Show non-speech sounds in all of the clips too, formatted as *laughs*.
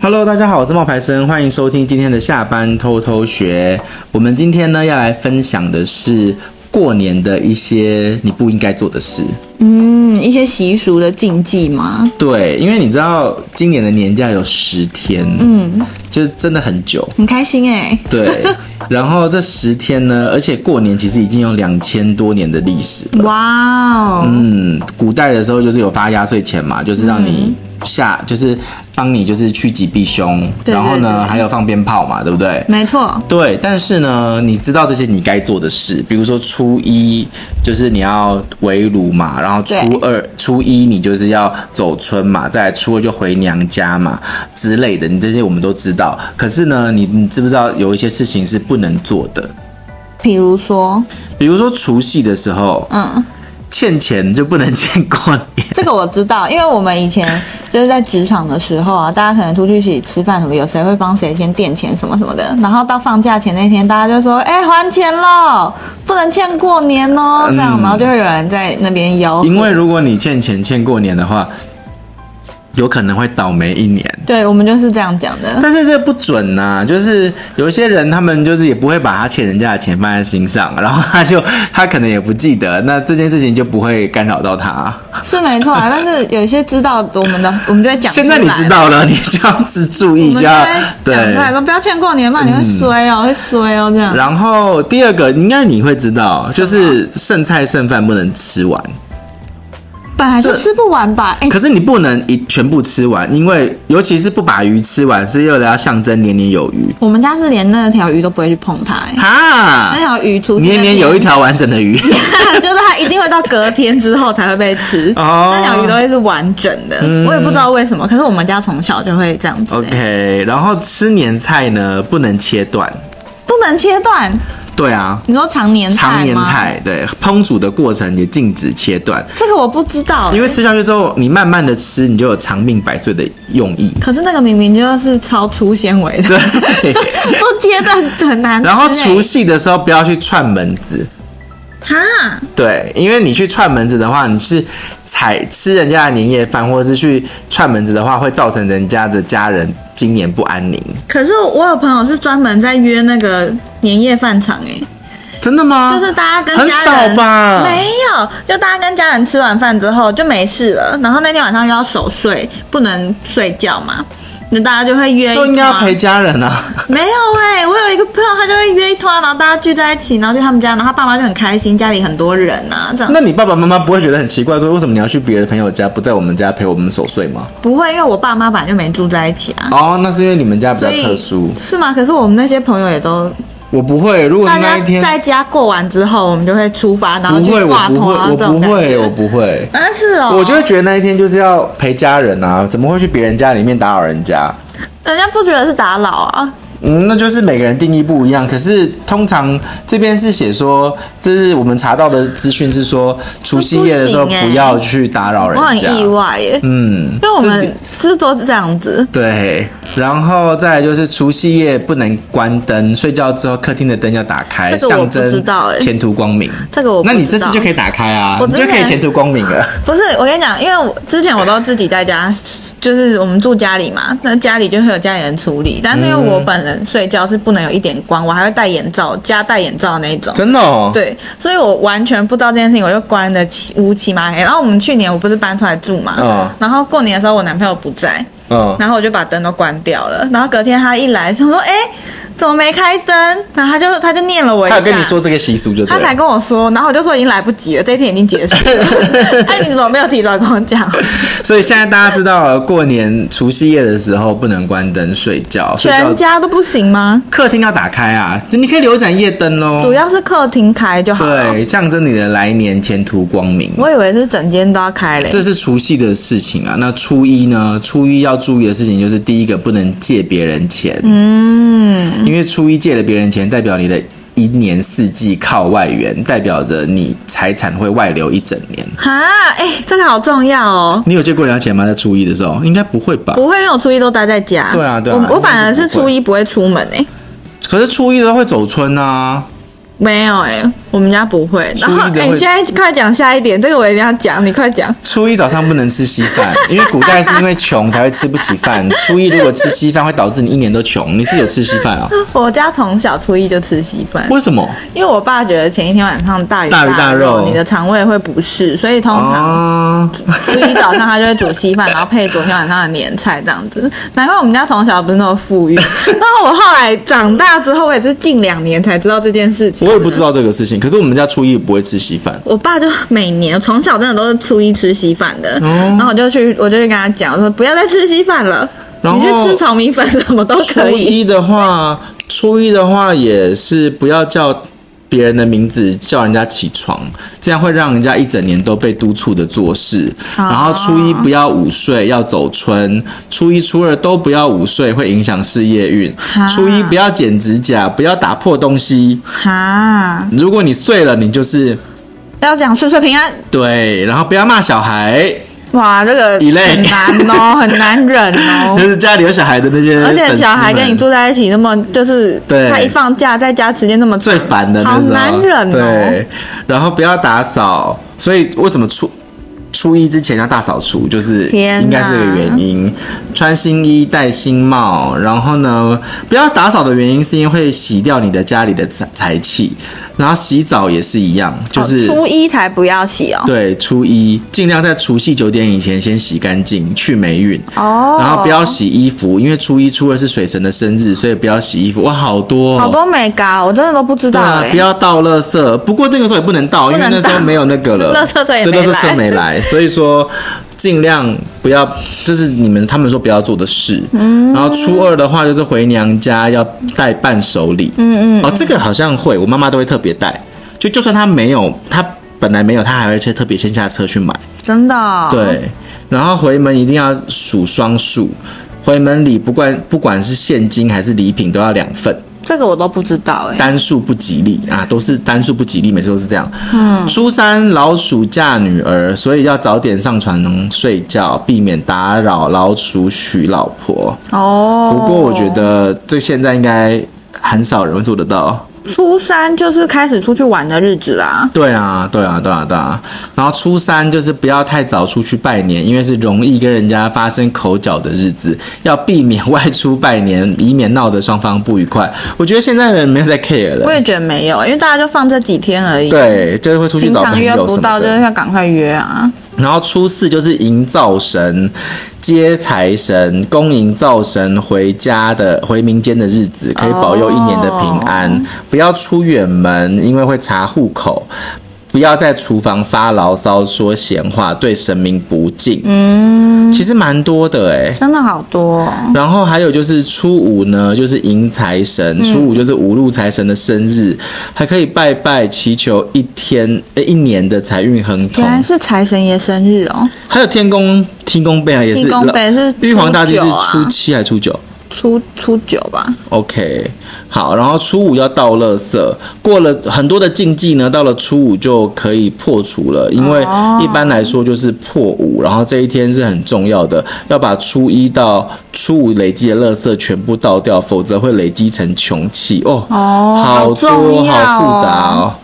Hello，大家好，我是冒牌生，欢迎收听今天的下班偷偷学。我们今天呢要来分享的是过年的一些你不应该做的事。嗯，一些习俗的禁忌嘛，对，因为你知道今年的年假有十天，嗯，就是真的很久。很开心哎、 *laughs* 对，然后这十天呢，而且过年其实已经有两千多年的历史了。哇哦，嗯，古代的时候就是有发压岁钱嘛，就是让嗯你下，就是帮你就是趋吉避凶，对然后对呢对还有放鞭炮嘛，对不对？没错，对，但是呢，你知道这些你该做的事，比如说初一就是你要围炉嘛，然后初二、初一你就是要走春嘛，再来初二就回娘家嘛之类的，你这些我们都知道。可是呢，你你知不知道有一些事情是不能做的？比如说，比如说除夕的时候，嗯，欠钱就不能欠过年。这个我知道，因为我们以前就是在职场的时候啊，大家可能出去一起吃饭什么，有谁会帮谁先垫钱什么什么的，然后到放假前那天，大家就说，哎、还钱喽，不能欠过年哦，嗯这样，然后就会有人在那边吆喝，因为如果你欠钱欠过年的话，有可能会倒霉一年。对我们就是这样讲的，但是这不准呐、就是有一些人，他们就是也不会把他欠人家的钱放在心上，然后他就 *laughs* 他可能也不记得，那这件事情就不会干扰到他。是没错啊，但是有些知道我们的，我们就会讲出来现在你知道了，你就要自注我意，们就就要会嗯对。嗯讲出来说不要欠过年嘛，你会衰哦，会衰哦这样。然后第二个应该你会知道，就是剩菜剩饭不能吃完，本来就这吃不完吧？哎、可是你不能一全部吃完，因为尤其是不把鱼吃完，是为了要象征年年有余。我们家是连那条鱼都不会去碰它、哎，哈那，条鱼除夕那年天年啊有一，条完整的鱼。 *laughs* 就是它一定会到隔天之后才会被吃。 *laughs* 哦嗯那条鱼都会是完整的，我也不知道为什么。可是我们家从小就会这样子、哎 OK，然后吃年菜呢不能切断，不能切断。对啊，你说常年菜吗？常年菜对，烹煮的过程也禁止切断，这个我不知道、哎因为吃下去之后，你慢慢的吃，你就有长命百岁的用意。 *laughs* 可是那个明明就是超粗纤维的， *laughs* 对不切断很难吃、然后除除夕的时候不要去串门子，哈，对，因为你去串门子的话，你是踩吃人家的年夜饭，或者是去串门子的话，会造成人家的家人今年不安宁。可是我有朋友是专门在约那个年夜饭场、欸，真的吗？就是大家跟哦很家人少吧？没有，就大家跟家人吃完饭之后就没事了，然后那天晚上又要守岁，不能睡觉嘛，那大家就会约一都应该要团陪。家人啊。没有哎、我有一个朋友，他就会约一团，然后大家聚在一起，然后去他们家，然后他爸妈就很开心，家里很多人啊，这样 *laughs* 那你爸爸妈妈不会觉得很奇怪，说为什么你要去别人朋友家，不在我们家陪我们守岁吗？不会，因为我爸妈本来就没住在一起啊。哦，那是因为你们家比较所以特殊。是吗？可是我们那些朋友也都，我不会，如果是大那家一天，在家过完之后，我们就会出发，然后不去会，我耍不团会啊，我这种不感会，觉。我不会。啊，是哦，我就会觉得那一天就是要陪家人啊，怎么会去别人家里面打扰人家？人家不觉得是打扰啊，嗯，那就是每个人定义不一样。可是通常这边是写说，这是我们查到的资讯是说，除夕夜的时候不行欸不要去打扰人我很家。意外耶，嗯，因为我这们是都这样子，对，然后再来就是除夕夜不能关灯，睡觉之后客厅的灯要打开，这个我象不知征道欸前途光明。这个我不那你知这道次就可以打开啊，我你之就前可以前途光明 *laughs* 了。不是，我跟你讲，因为我之前我都自己在家，就是我们住家里嘛，那家里就会有家里人处理。但是因为嗯我本人睡觉是不能有一点光，我还会戴眼罩，加戴眼罩那一种。真的哦，，对，所以我完全不知道这件事情，我就关的漆乌漆嘛黑。然后我们去年我不是搬出来住嘛，嗯然后过年的时候我男朋友不在，嗯，然后我就把灯都关掉了。然后隔天他一来，他说：“哎、怎么没开灯？”然后他就他就念了我一他下，有跟你说这个习俗就对他才了。跟我说，然后我就说已经来不及了，这一天已经结束了。 *laughs* 哎，你怎么没有提早跟我讲？所以现在大家知道了，过年除夕夜的时候不能关灯睡觉，睡觉全家都不行吗？客厅要打开啊，你可以留一盏夜灯主喽。要是客厅开就好了。哦对，象征你的来年前途光明。我以为是整间都要开嘞。这是除夕的事情啊。那初一呢？初一要注意的事情就是第一个不能借别人钱，嗯，因为初一借了别人钱，代表你的一年四季靠外援，代表着你财产会外流一整年。哈，哎、这个好重要哦。你有借过人家钱吗？在初一的时候，应该不会吧？不会，因为我初一都待在家。对啊对啊我我反而那是就不会欸初一不会出门哎、可是初一的时候会走春啊，没有哎、我们家不会。然初一后的哎、会你现在快讲下一点，这个我一定要讲，你快讲。初一早上不能吃稀饭，因为古代是因为穷才会吃不起饭。初一如果吃稀饭，会导致你一年都穷。你是有吃稀饭啊？ *laughs* 我家从小初一就吃稀饭，为什么？因为我爸觉得前一天晚上大鱼大鱼大肉，肉你的肠胃会不适，所以通常啊，初一早上他就会煮稀 *laughs* 饭，然后配昨天晚上的年菜这样子。难怪我们家从小不是那么富裕。 *laughs* 然后我后来长大之后，我也是近两年才知道这件事情。我也不知道这个事情。可是我们家初一不会吃稀饭。我爸就每年从小真的都是初一吃稀饭的，哦然后我就去我就去跟他讲，我说不要再吃稀饭了，然你后去吃炒米粉什么都可初以。一的话，初一的话也是不要叫别人的名字，叫人家起床，这样会让人家一整年都被督促的做事。啊然后初一不要午睡，要走春；初一、初二都不要午睡，会影响事业运啊。初一不要剪指甲，不要打破东西。哈，如果你碎了，你就是要讲岁岁平安，对。然后不要骂小孩，哇，这个一类很 *laughs* 难哦，很难忍哦就。是家里有小孩的那些粉而丝们，且小孩跟你住在一起，那么就是对他一放假在家时间那么长最烦的那好时候，难忍哦。对，然后不要打扫，所以为什么初初一之前要大扫除，就是天哪应该是这个原因。穿新衣，戴新帽，然后呢，不要打扫的原因是因为会洗掉你的家里的财财气，然后洗澡也是一样，就是。哦初一才不要洗哦。对，初一尽量在除夕九点以前先洗干净，去霉运。哦，然后不要洗衣服，因为初一、初二是水神的生日，所以不要洗衣服。哇，好多、哦，好多美嘎，我真的都不知道对啊哎、，不要倒垃圾。不过那个时候也不能倒，因为不能那时候倒没有那个了， *laughs* 垃圾车也对没垃圾来车没 *laughs* 来，所以说尽量不要，这是你们他们说不要做的事。嗯，然后初二的话就是回娘家要带伴手礼。嗯嗯，哦，这个好像会，我妈妈都会特别带，就就算她没有，她本来没有，她还会去特别先下车去买。真的、哦。。对，然后回门一定要数双数，回门礼不管不管是现金还是礼品都要两份。这个我都不知道哎、单数不吉利啊，都是单数不吉利，每次都是这样。嗯，初三老鼠嫁女儿，所以要早点上床睡觉，避免打扰老鼠娶老婆。哦，不过我觉得这现在应该很少人会做得到。初三就是开始出去玩的日子啦。对啊，对啊，对啊，对啊。然后初三就是不要太早出去拜年，因为是容易跟人家发生口角的日子，要避免外出拜年，以免闹得双方不愉快。我觉得现在人没有在 care 了我。也觉得没有，因为大家就放这几天而已。，对，就是会出去平找常朋约友不什么到，就的是。要赶快约啊。然后初四就是迎灶神、接财神、恭迎灶神回家的回民间的日子，可以保佑一年的平安。不要出远门，因为会查户口。不要在厨房发牢骚、说闲话，对神明不敬。嗯，其实蛮多的哎、真的好多、哦，然后还有就是初五呢，就是迎财神，初五就是五路财神的生日，还可以拜拜祈求一天、呃一年的财运亨通原。来是财神爷生日哦，还有天宫天宫碑啊，也是天宫碑是玉皇大帝是初九啊初七还是初九初初九吧。 ？OK，好，然后初五要倒垃圾，过了很多的禁忌呢，到了初五就可以破除了，因为哦一般来说就是破五，然后这一天是很重要的，要把初一到初五累积的垃圾全部倒掉，否则会累积成穷气哦。哦好好重多要好复杂哦哦。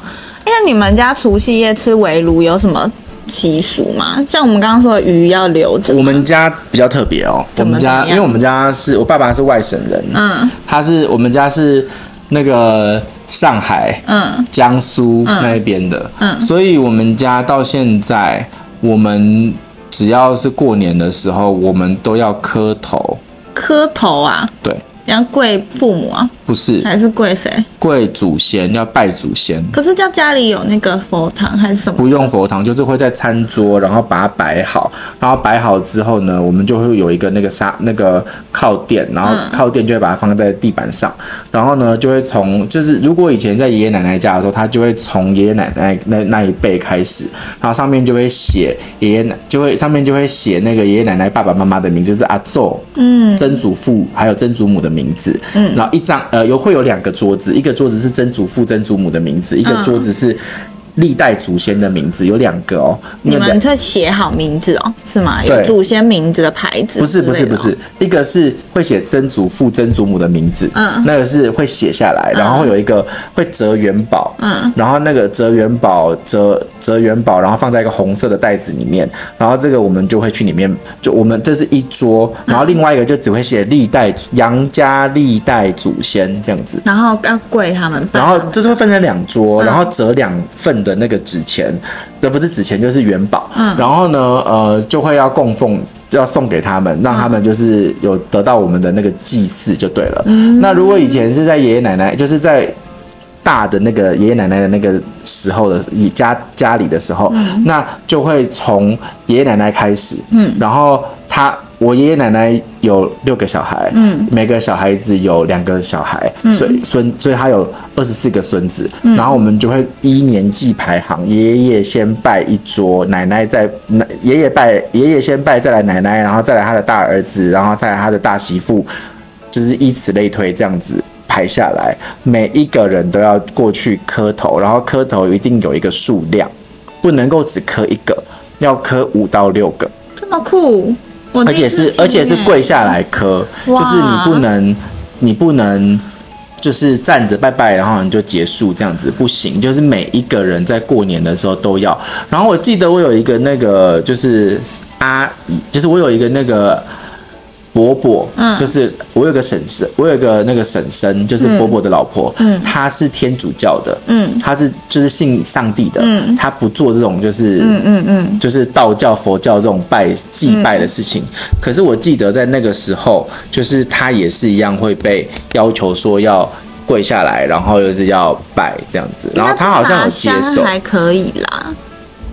哎那你们家除夕夜吃围炉有什么习俗吗？像我们刚刚说的鱼要留着，我们家比较特别哦，我怎么们怎家么样因为我们家是我爸爸是外省人，嗯他是我们家是那个上海、嗯，江苏那一边的，嗯所以我们家到现在，我们只要是过年的时候，我们都要磕头，磕头啊，对，要跪父母啊，不是还是跪谁？跪祖先，要拜祖先。可是叫家里有那个佛堂还是什么？不用佛堂，就是会在餐桌，然后把它摆好，然后摆好之后呢，我们就会有一个那个沙那个靠垫，然后靠垫就会把它放在地板上，然后呢就会从就是如果以前在爷爷奶奶家的时候，他就会从爷爷奶奶那那一辈开始，然后上面就会写爷爷奶就会上面就会写那个爷爷奶奶爸爸妈妈的名字，就是阿昼，嗯，曾祖父还有曾祖母的名字，嗯，然后一张呃有会有两个桌子，一个桌子是曾祖父曾祖母的名字，一个桌子是历代祖先的名字，有两个哦。你那们两特写好名字哦，是吗？有对祖先名字的哦牌子、不是不是不，是，一个是会写曾祖父、曾祖母的名字，嗯那个是会写下来，然后会有一个会折元宝，嗯，然后那个折元宝折折元宝，然后放在一个红色的袋子里面，然后这个我们就会去里面，就我们这是一桌，嗯然后另外一个就只会写历代杨家历代祖先这样子。然后要跪他们拜然他后们，就是会分成两桌，然后折两份的那个纸钱，那不是纸钱就是元宝。嗯，然后呢，呃，就会要供奉，要送给他们，让他们就是有得到我们的那个祭祀就对了。那如果以前是在爷爷奶奶，就是在。大的那个爷爷奶奶的那个时候的以家家里的时候，那就会从爷爷奶奶开始，嗯，然后他我爷爷奶奶有六个小孩，嗯，每个小孩子有两个小孩，所以孙所以他有二十四个孙子，然后我们就会依年纪排行，爷爷先拜一桌，奶奶再奶爷爷拜爷爷先拜，再来奶奶，然后再来他的大儿子，然后再来他的大媳妇，就是以此类推这样子排下来，每一个人都要过去磕头，然后磕头一定有一个数量，不能够只磕一个，要磕五到六个，这么酷，我而第一且次是听欸而且是耶跪下来磕，嗯哇就是你不能你不能。就是站着拜拜，然后你就结束这样子不行，就是每一个人在过年的时候都要。然后我记得我有一个那个就是阿姨，就是我有一个那个伯伯，就是我有个婶婶，我有个那个婶婶，就是伯伯的老婆，嗯，她是天主教的，嗯，她是就是信上帝的，嗯，她不做这种就是，嗯嗯嗯，就是道教、佛教这种拜祭拜的事情。可是我记得在那个时候，就是她也是一样会被要求说要跪下来，然后又是要拜这样子，然后她好像有接那爬受山，还可以啦。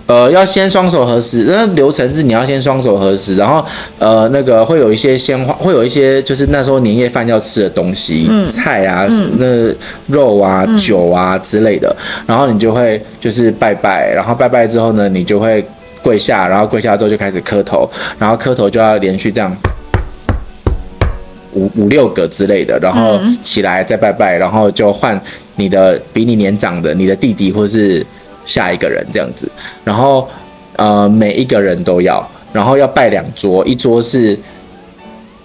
呃，要先双手合十，那流程是你要先双手合十，然后呃，那个会有一些鲜花，会有一些就是那时候年夜饭要吃的东西，菜啊、那肉啊、酒啊之类的，然后你就会就是拜拜，然后拜拜之后呢，你就会跪下，然后跪下之后就开始磕头，然后磕头就要连续这样。五五六个之类的，然后嗯起来再拜拜，然后就换你的比你年长的，你的弟弟或是下一个人这样子，然后呃每一个人都要，然后要拜两桌，一桌是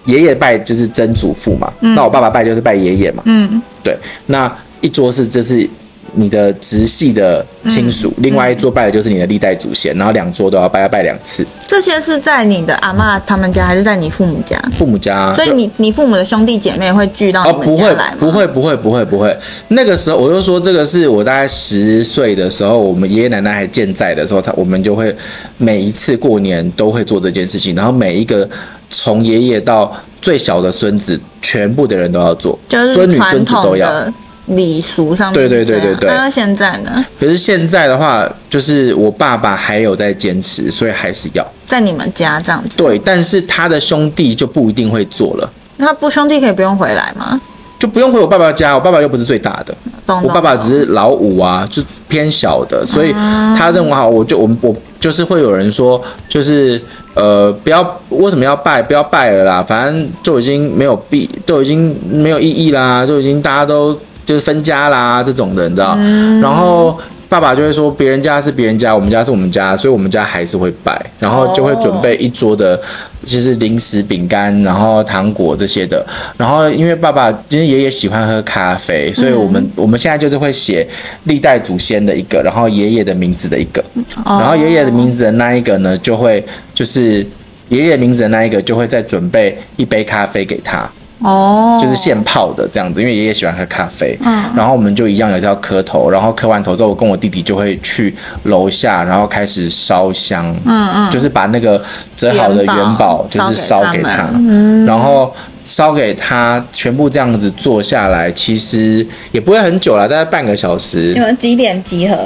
爷爷拜就是曾祖父嘛，那我爸爸拜就是拜爷爷嘛，嗯，对，那一桌是这是你的直系的亲嗯属，另外一桌拜的就是你的历代祖先，然后两桌都要拜，要拜两次，这些是在你的阿嬷他们家，还是在你父母家？父母家，所以你你父母的兄弟姐妹会聚到哦，你啊不们会家来吗？，不会，不会，不会，不会。那个时候我就说，这个是我大概十岁的时候，我们爷爷奶奶还健在的时候，他我们就会每一次过年都会做这件事情，然后每一个从爷爷到最小的孙子，全部的人都要做，就是孙女传孙子都统要。的礼俗上面对是这对样。对对对那现在呢，可是现在的话，就是我爸爸还有在坚持，所以还是要在你们家这样子，对，但是他的兄弟就不一定会做了。那不兄弟可以不用回来吗？就不用回我爸爸家，我爸爸又不是最大的，懂懂我爸爸懂只是老五啊，就偏小的，所以他认为好，我就我我就是会有人说，就是呃，不要为什么要拜，不要拜了啦，反正就已经没有必，都已经没有意义啦，就已经大家都就是分家啦这种的，你知道？然后爸爸就会说，别人家是别人家，我们家是我们家，所以我们家还是会拜，然后就会准备一桌的，就是零食、饼干，然后糖果这些的。然后因为爸爸，因为爷爷喜欢喝咖啡，所以我们、我们现在就是会写历代祖先的一个，然后爷爷的名字的一个，哦然后爷爷的名字的那一个呢，就会就是爷爷名字的那一个就会再准备一杯咖啡给他。哦，就是现泡的这样子，因为爷爷喜欢喝咖啡，然后我们就一样也是要磕头，然后磕完头之后，我跟我弟弟就会去楼下，然后开始烧香，嗯嗯，就是把那个折好的元宝元宝就是烧给烧给他嗯他，然后烧给他，全部这样子做下来，其实也不会很久了，大概半个小时，你们几点集合？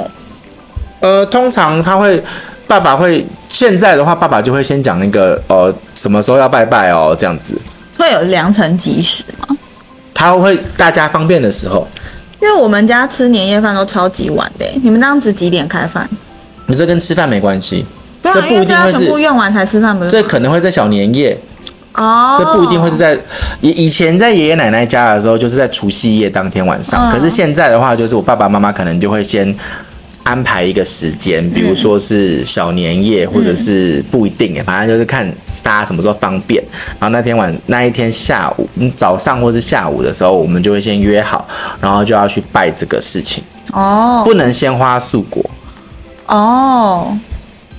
呃，通常他会，爸爸会，现在的话，爸爸就会先讲那个呃，什么时候要拜拜哦，这样子，会有良辰吉时吗？他会大家方便的时候。因为我们家吃年夜饭都超级晚的，欸你们这样子几点开饭？你这跟吃饭没关系，不要这啊，不因为一定要会全部是，用完才吃饭，不是？这可能会在小年夜，哦，这不一定会是在以以前在爷爷奶奶家的时候，就是在除夕夜当天晚上。嗯可是现在的话，就是我爸爸妈妈可能就会先安排一个时间，嗯比如说是小年夜，或者是不一定，反正就是看大家什么时候方便。然后那天晚那一天下午，嗯早上或是下午的时候，我们就会先约好，然后就要去拜这个事情，哦不能鲜花素果。哦，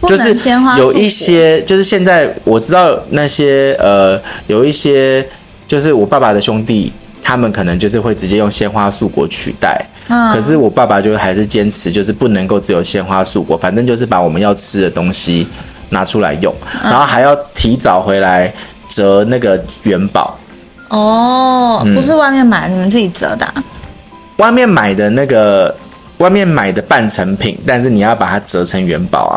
不就是能鲜花有素一果些，就是现在我知道那些呃，有一些就是我爸爸的兄弟，他们可能就是会直接用鲜花素果取代。嗯可是我爸爸就还是坚持，就是不能够只有鲜花素果，反正就是把我们要吃的东西拿出来用，嗯然后还要提早回来折那个元宝。哦，嗯不是外面买，你们自己折的啊、外面买的那个，外面买的半成品，但是你要把它折成元宝啊。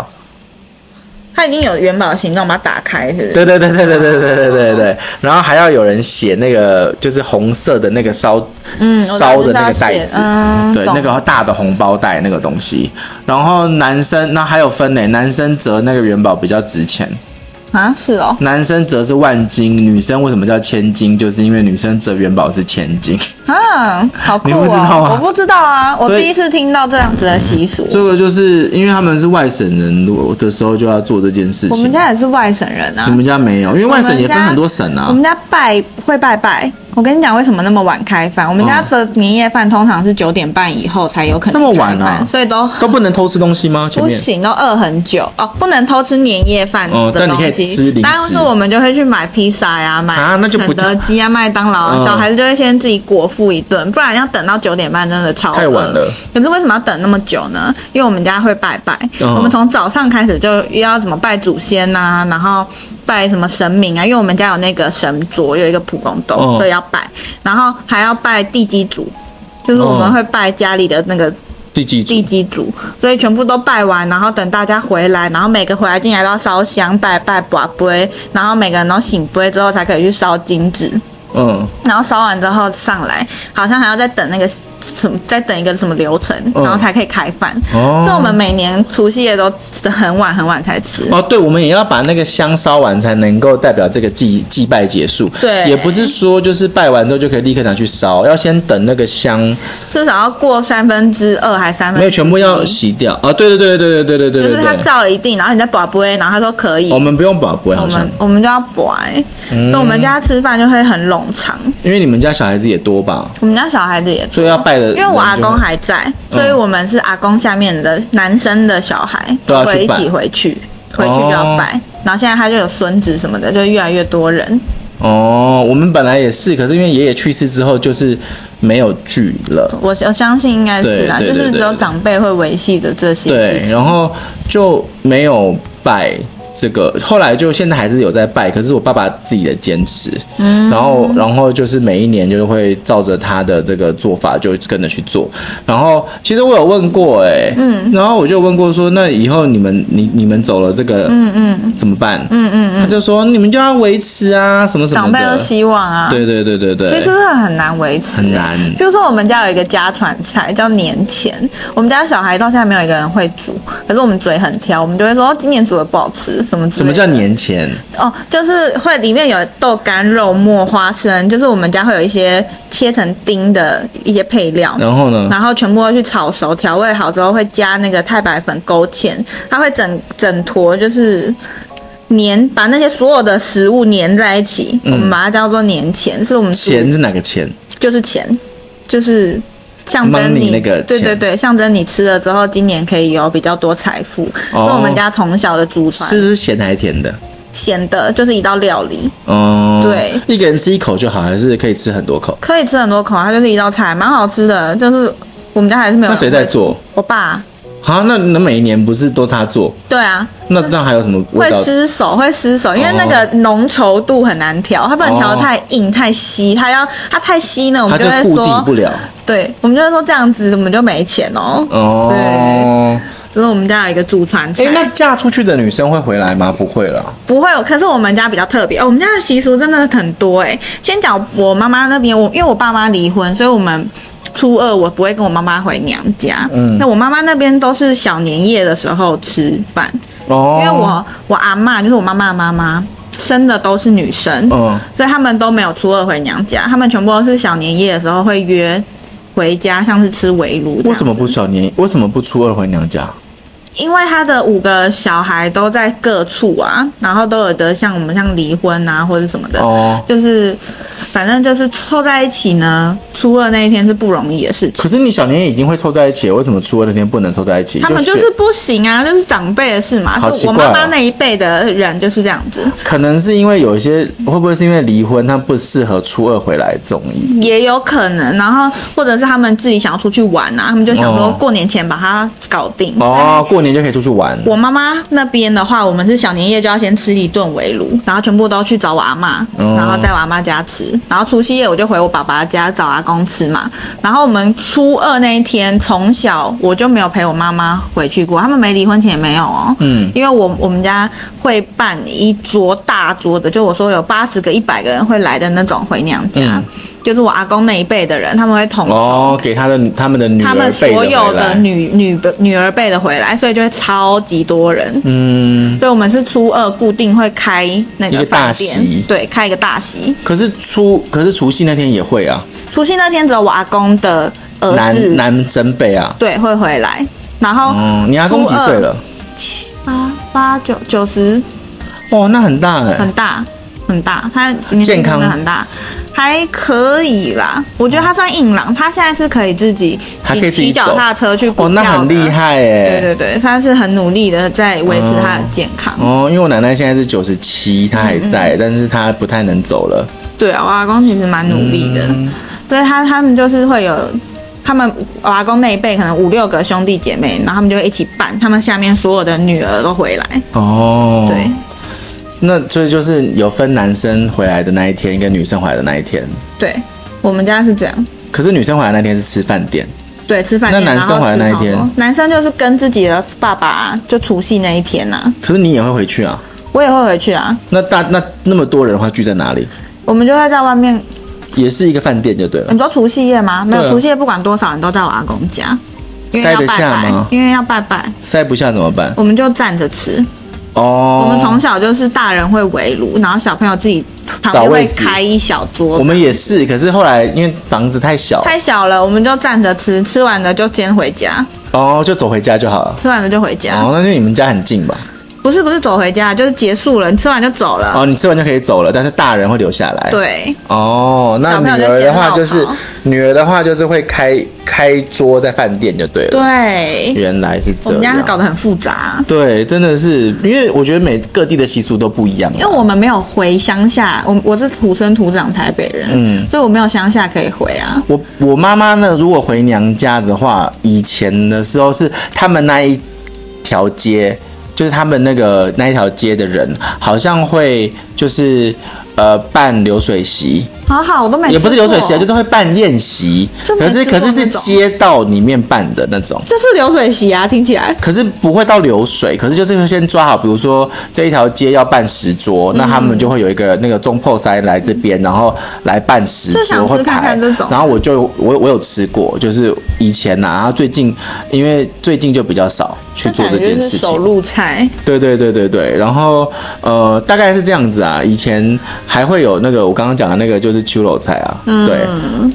它已经有元宝的形状，把它打开，是不是？对对对对对对对对对对，然后还要有人写那个就是红色的那个烧，嗯我知道烧的那个就是要袋写子，嗯对，懂那个大的红包袋那个东西。然后男生那还有分呢，男生折那个元宝比较值钱，啊，是哦，男生折是万金，女生为什么叫千金？就是因为女生折元宝是千金，啊，好酷你不知道哦！吗我不知道啊，我所以第一次听到这样子的习俗。这个就是因为他们是外省人的时候就要做这件事我们情。家也是外省人啊你，们家没有，因为外省我们也分家很多省啊。我们家拜会拜拜。我跟你讲，为什么那么晚开饭？我们家的年夜饭通常是九点半以后才有可哦能那么晚开饭啊所以都都不能偷吃东西吗？前不面行，都饿很久哦，不能偷吃年夜饭的东西。哦但你可以吃零食但是我们就会去买披萨呀、买啊那就不肯德基啊、麦当劳啊、嗯小孩子就会先自己果腹一顿，不然要等到九点半，真的超饿太晚了。可是为什么要等那么久呢？因为我们家会拜拜，嗯我们从早上开始就要怎么拜祖先呐、然后拜什么神明啊，因为我们家有那个神桌，有一个蒲公洞，嗯所以要拜，然后还要拜地基主。就是我们嗯会拜家里的那个第几组地？基组，所以全部都拜完，然后等大家回来，然后每个回来进来都要烧香拜拜把杯，然后每个人都醒杯之后才可以去烧金纸，嗯。然后烧完之后上来，好像还要再等那个什么，再等一个什么流程，然后才可以开饭。嗯哦所以我们每年除夕夜都很晚很晚才吃。 *laughs* 哦，对，我们也要把那个香烧完，才能够代表这个祭祭拜结束。对也不是说就是拜完之后就可以立刻拿去烧，要先等那个香至少要过三分之二还三分之一，没有全部要洗掉。啊，对对对对对对对就是对哦他对对，照了一定，然后你再把杯，然后他说可以，我们不用保不会我好像们，我们就要把、欸，所以我们家吃饭就会很冗长。因为你们家小孩子也多吧，我们家小孩子也多，所以要拜的人因就为很。嗯我阿公还在，所以我们是阿公下面的男生的小孩都啊要去会一拜起回去，回去就要拜。然后现在他就有孙子什么的，就越来越多人。哦，我们本来也是，可是因为爷爷去世之后就是没有剧了。我我相信应该是啦，对对就对是只有对对长辈会维系着这些对事，情。然后就没有拜这个，后来就现在还是有在拜，可是我爸爸自己的坚持，嗯，然后然后就是每一年就会照着他的这个做法就跟着去做，然后其实我有问过、哎，嗯，然后我就问过说，那以后你们你你们走了这个，嗯嗯，怎么办？嗯嗯嗯，他就说你们就要维持啊，什么什长么辈都的，希望啊，对对对对对，其实真的很难维持，很难比如说我们家有一个家传菜叫年前，我们家小孩到现在没有一个人会煮，可是我们嘴很挑，我们就会说、哦、今年煮的不好吃，什么之什么类的叫年前？哦，就是会里面有豆干、肉末、花生，就是我们家会有一些切成丁的一些配料，然后呢？然后全部都去炒熟，调味好之后会加那个太白粉勾芡，它会整整坨就是粘把那些所有的食物粘在一起，我嗯们把它叫做粘钱，是我们煮钱是哪个钱？就是钱，就是象征 Money 你那个对对钱对，象征你吃了之后，今年可以有比较多财富。哦那我们家从小的祖传吃是咸还是甜的？咸的，就是一道料理，哦，对，一个人吃一口就好，还是可以吃很多口？可以吃很多口，啊它就是一道菜，蛮好吃的。就是我们家还是没有那人谁在会？做？我爸。啊，那那每一年不是都他做？对啊，那那还有什么味会道？哦失手，会失手，因为那个浓稠度很难调，它不能调得太硬、太稀，它要它太稀呢，我他们哦就会固定不说，了。对，我们就会说这样子我们就没钱哦。哦，就是我们家有一个祖传菜。哎，那嫁出去的女生会回来吗？不会啦。不会，可是我们家比较特别，哦、我们家的习俗真的很多哎。先讲我妈妈那边，我因为我爸妈离婚，所以我们初二我不会跟我妈妈回娘家。嗯，那我妈妈那边都是小年夜的时候吃饭，哦，因为我我阿嬷就是我妈妈的妈妈，生的都是女生，嗯所以他们都没有初二回娘家，他们全部都是小年夜的时候会约回家，像是吃围炉。为什么不？小年？为什么不初二回娘家？因为他的五个小孩都在各处啊，然后都有的像我们像离婚啊或者什么的，哦就是反正就是凑在一起呢。初二那一天是不容易的事情，可是你小年已经会凑在一起了，为什么初二那天不能凑在一起？他们就选是不行啊，就是长辈的事嘛。好是奇我怪哦妈妈那一辈的人就是这样子，可能是因为有一些会不会是因为离婚，他不适合初二回来这种意思？也有可能。然后或者是他们自己想要出去玩啊，他们就想说哦过年前把它搞定。哦，过年就可以出去玩。我妈妈那边的话，我们是小年夜就要先吃一顿围炉，然后全部都去找我阿妈，嗯然后在我阿妈家吃。然后除夕夜我就回我爸爸家找阿公吃嘛。然后我们初二那一天，从小我就没有陪我妈妈回去过，他们没离婚前也没有哦。嗯因为我我们家会办一桌大桌的，就我说有八十个、一百个人会来的那种回娘家，嗯就是我阿公那一辈的人，他们会统筹。哦，给他的他们的女他们儿所辈的有回的来。女女女儿辈的回来，所以就会超级多人。嗯，所以我们是初二固定会开那一个个大饭店席对，开一个大席。可是初可是除夕那天也会啊，除夕那天只有我阿公的儿男子哦男生辈啊。对会回来，然后嗯，你阿公几岁了？七八八九九十哦，那很大哎、很大很大，他年纪健康真的很大，还可以啦。我觉得他算硬朗，他现在是可以自己还可以骑自己骑脚走踏车去哦，股那票很的厉。害哎、啊对对对，他是很努力的在维持他的健康。哦，因为我奶奶现在是九十七，她还在，但是她不太能走了。对，我阿公其实蛮努力的，嗯所以他他们就是会有，他们我阿公那一辈可能五六个兄弟姐妹，然后他们就会一起办，他们下面所有的女儿都回来，哦，嗯对，那所以就是有分男生回来的那一天跟女生回来的那一天。对，我们家是这样。可是女生回来那天是吃饭店，对，吃饭店，那男生然后回来吃那一烤肉天男生就是跟自己的爸爸、就除夕那一天呐、可是你也会回去啊？我也会回去啊，那大那那么多人的话聚在哪里？我们就会在外面。也是一个饭店就对了。你说除夕夜吗？没有，对啊除夕夜不管多少人都在我阿公家，因为塞要得拜下拜吗，因为要拜拜，塞不下怎么办？我们就站着吃。哦，我们从小就是大人会围炉，然后小朋友自己旁边会开一小桌。我们也是，可是后来因为房子太小，太小了，我们就站着吃，吃完了就先回家，哦，就走回家就好了。吃完了就回家。哦，那就你们家很近吧？不是不是走回家，就是结束了，你吃完就走了。哦，你吃完就可以走了，但是大人会留下来。。啊对哦，那小朋友女就儿的话嫌就是老女儿的话就是会开开桌在饭店就对了。对，原来是我这们家样。搞得很复杂。对，真的是，因为我觉得每各地的习俗都不一样啊。因为我们没有回乡下，我我是土生土长台北人，嗯所以我没有乡下可以回啊。我我妈妈呢，如果回娘家的话，以前的时候是他们那一条街，就是他们那个那一条街的人，好像会就是呃办流水席，好好，我都没也不是流水吃过席啊，就是会办宴席，就没可是吃过可是是那种街道里面办的那种。就是流水席啊，听起来可是不会到流水，可是就是先抓好，比如说这一条街要办十嗯桌，那他们就会有一个那个中破塞来这边，然后来办十就想桌会吃排。看看这种然后我就我我有吃过，就是以前呐、然后最近因为最近就比较少去就做感这觉件是事情手。路菜。对对对对对，然后呃大概是这样子啊，以前还会有那个我刚刚讲的那个就是秋肉菜啊，对，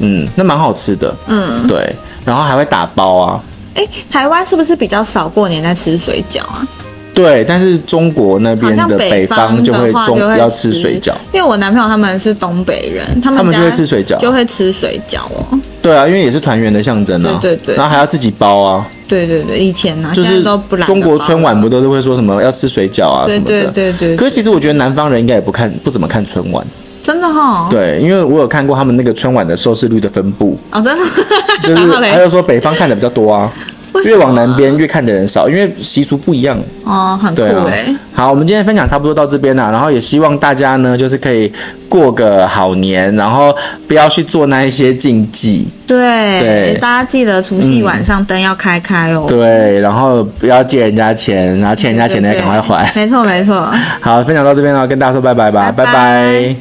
嗯，那蛮好吃的，嗯，对，然后还会打包啊。哎、台湾是不是比较少过年在吃水饺啊？对，但是中国那好边像的北方就会的话中就会要吃水饺，，因为我男朋友他们是东北人，他们他们家就会吃水饺啊就会吃水饺哦。对啊，因为也是团圆的象征啊。对对对然后还要自己包啊，对对对，以前呢、啊，就现是在都不懒得中国春晚包了不都是会说什么要吃水饺啊对什么的。对对对对可是其实我觉得南方人应该也不看不怎么看春晚，真的哈、哦，对，因为我有看过他们那个春晚的收视率的分 *laughs* 布，哦真的， *laughs* 就然后是还嘞，有说北方看的比较多啊，为什越么啊往南边越看的人少，因为习俗不一样。哦，很酷对啊哎、，好，我们今天分享差不多到这边啦、然后也希望大家呢，就是可以过个好年，然后不要去做那一些禁忌，对对嗯大家记得除夕晚上灯要开开哦。对，然后不要借人家钱，然后欠人家钱的对要对赶快还。没错没错。好，分享到这边了，跟大家说拜拜吧，拜拜拜拜